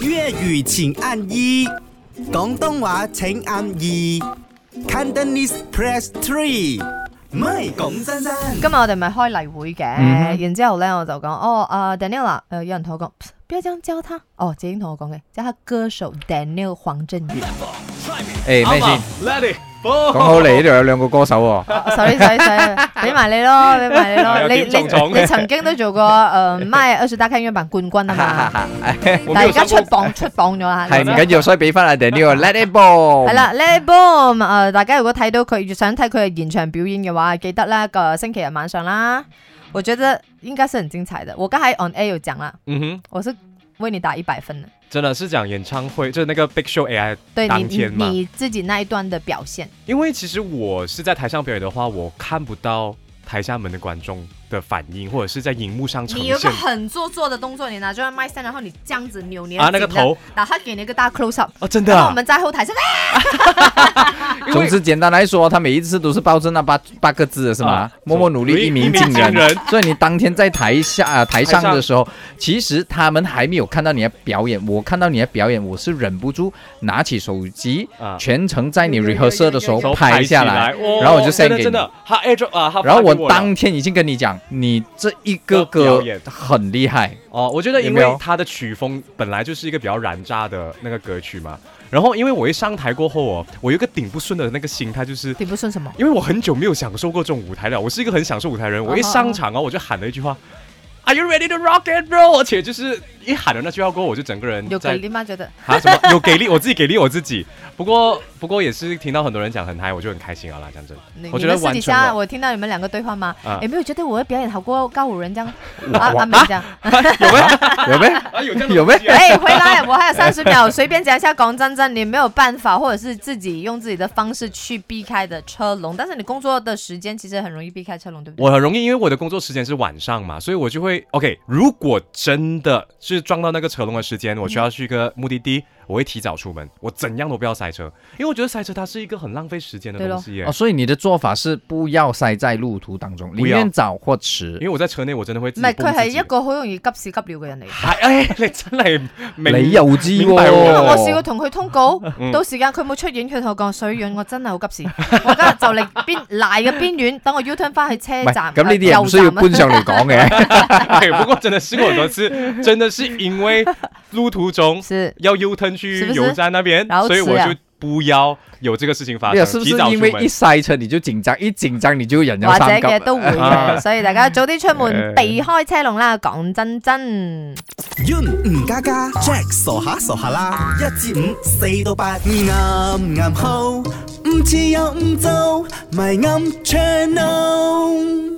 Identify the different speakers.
Speaker 1: 粤语请按一，广东话请按二，Cantonese press three。唔係講真真，
Speaker 2: 今日我哋咪開例會嘅，
Speaker 3: 嗯哼
Speaker 2: 然之後咧我就講，哦，啊、Daniel 啊，誒、有人同我講，不要這樣教他，哦，姐已經同我講嘅，叫他歌手 Daniel 黃振宇
Speaker 3: Ê, mấy
Speaker 4: Ông
Speaker 3: gì?
Speaker 4: à, Lady，
Speaker 3: 講好你呢度有兩個歌手喎、
Speaker 2: 哦 ，sorry sorry sorry，俾埋你咯，俾埋你咯，
Speaker 4: 有
Speaker 2: 你
Speaker 4: 點重重
Speaker 3: 啊
Speaker 2: 你你曾經都做過誒 My 二十大開音樂版冠軍啊嘛，
Speaker 4: 我
Speaker 2: 但
Speaker 4: 沒
Speaker 2: 係而
Speaker 4: 有
Speaker 2: 家
Speaker 4: 上
Speaker 2: 出
Speaker 4: 過，
Speaker 2: 榜出榜咗啦，
Speaker 3: 係
Speaker 2: 你
Speaker 3: 唔
Speaker 2: 知
Speaker 3: 緊要，所以俾翻阿 Daniel 啊 Let It Ball。
Speaker 2: 系啦，呢 boom 诶，大家如果睇到佢想睇佢嘅現場表演嘅話，記得啦個星期日晚上啦。我覺得應該是很精彩的。我剛才 on air 有講啦，
Speaker 4: 嗯哼，
Speaker 2: 我是為你打一百分的。
Speaker 4: 真的是讲演唱会，就是那个 Big Show AI
Speaker 2: 對你
Speaker 4: 當
Speaker 2: 你
Speaker 4: 天嘛
Speaker 2: 你自己那一段的表現，
Speaker 4: 因为其实我是在台上表演的话，我看不到台下门的观众的反应，或者是在荧幕上呈
Speaker 2: 你有一個
Speaker 4: 现
Speaker 2: 很做作的動作，你拿住麥扇，然後你這樣子扭你的
Speaker 4: 啊那個
Speaker 2: 頸的
Speaker 4: 頭，
Speaker 2: 然後他給你一個大 close up，
Speaker 4: 哦，真的
Speaker 2: 然後我
Speaker 4: 啊，
Speaker 2: 們在後台哎是
Speaker 4: 因
Speaker 3: 总
Speaker 4: 为
Speaker 3: 之，简单来说，他每一次都是暴增那八八个字的是吗
Speaker 4: 啊？
Speaker 3: 默默努力，一鸣
Speaker 4: 一
Speaker 3: 惊
Speaker 4: 鸣惊
Speaker 3: 人
Speaker 4: 人。
Speaker 3: 所以你当天在台下、啊台上
Speaker 4: 台
Speaker 3: 的
Speaker 4: 上
Speaker 3: 时候，其实他们还没有看到你的表演。我看到你的表演，我是忍不住拿起手机，
Speaker 4: 啊，
Speaker 3: 全程在你
Speaker 2: 有有
Speaker 3: rehearsal 的时候
Speaker 2: 有有有
Speaker 3: 拍下
Speaker 4: 下
Speaker 3: 来。，
Speaker 4: 哦
Speaker 3: 然后我就 send 给
Speaker 4: 真的
Speaker 3: 你
Speaker 4: 真的，他 airdrop 啊，他
Speaker 3: 然后
Speaker 4: 发
Speaker 3: 我
Speaker 4: 给我了
Speaker 3: 当天已经跟你讲，你这一个
Speaker 4: 要
Speaker 3: 歌
Speaker 4: 表演
Speaker 3: 很厉害。
Speaker 4: 哦，我觉得
Speaker 3: 有
Speaker 4: 因
Speaker 3: 没有
Speaker 4: 为他的曲风本来就是一个比较燃炸的那个歌曲嘛，然后因为我一上台过后哦，我有一个顶不顺的那个心态就是。
Speaker 2: 頂不順什麼？
Speaker 4: 因为我很久没有享受过这种舞台了，我是一个很享受舞台的人。我
Speaker 2: 啊
Speaker 4: 一上场哦，我就喊了一句话：“Are you ready to rock and roll？” 而且就是一喊了那句话过后，我就整个人
Speaker 2: 有
Speaker 4: 嗯在
Speaker 2: 給力嗎？覺得
Speaker 4: 啊什么有 给力，我自己给力我自己。不过不过也是听到很多人讲很嗨，我就很开心啊啦，讲真。
Speaker 2: 你你
Speaker 4: 我觉得
Speaker 2: 們私底
Speaker 4: 完全
Speaker 2: 下
Speaker 4: 了。
Speaker 2: 我聽到你們兩個對話嗎
Speaker 4: 啊？
Speaker 2: 有沒有覺得我的表演好過高五人這樣？阿阿美這 樣？
Speaker 3: 有没？
Speaker 4: 啊，有这样
Speaker 3: 有没？
Speaker 2: 哎、回来，我还有三十秒，随便讲一下。讲真真，你没有办法，或者是自己用自己的方式去避开的车龙，但是你工作的时间其实很容易避开车龙，对不对？
Speaker 4: 我很容易，因为我的工作时间是晚上嘛，所以我就会 OK。如果真的是撞到那个车龙的时间，我需要去一个目的地，我会提早出门，我怎样都不要塞车，因为我觉得塞车它是一个很浪费时间的
Speaker 2: 对咯
Speaker 4: 东西耶
Speaker 3: 哦，。所以你的做法是不要塞在路途当中，宁
Speaker 4: 不要
Speaker 3: 愿早或迟
Speaker 4: 因。为我在车内我真的会自
Speaker 2: 唔
Speaker 4: 己
Speaker 2: 系，
Speaker 4: 崩
Speaker 2: 佢
Speaker 4: 自
Speaker 2: 系
Speaker 4: 己
Speaker 2: 一个好容易急事急尿嘅人嚟。
Speaker 4: 係哎， 你真系明
Speaker 3: 你又知
Speaker 4: 明
Speaker 3: 喎、
Speaker 4: 白喎
Speaker 2: 因為我試過同佢通告，
Speaker 4: 嗯
Speaker 2: 到時間佢冇出院，佢同我講水院，我真係好 急事，我今日就嚟邊賴嘅邊緣，等我 U turn 翻去
Speaker 3: 唔
Speaker 2: 車
Speaker 3: 係
Speaker 2: 站。啊
Speaker 3: 咁呢啲嘢唔需要搬上嚟講 嘅，
Speaker 4: 对，哎不过真的试过很 多次，真的是因为路途中
Speaker 2: 是，
Speaker 4: 要 U turn
Speaker 2: 是不
Speaker 4: 去
Speaker 2: 是
Speaker 4: 油站那边，
Speaker 2: 然后
Speaker 4: 所以
Speaker 2: 吃
Speaker 4: 我
Speaker 2: 啊
Speaker 4: 就不要有这个事情发
Speaker 3: 你又
Speaker 4: 生，
Speaker 3: 是不
Speaker 4: 提
Speaker 3: 是
Speaker 4: 早出
Speaker 3: 因為一
Speaker 4: 門。
Speaker 3: 塞車你就緊張，一緊張你就人有
Speaker 2: 或者
Speaker 3: 三急
Speaker 2: 嘅？都會嘅，
Speaker 4: 啊
Speaker 2: 所以大家早啲出門
Speaker 4: 誒
Speaker 2: 避開車龍啦。講真真。
Speaker 1: Yun 吳家家，Jack 傻下傻下啦，一至五四到八，啱啱好，唔似有唔做，咪啱 channel。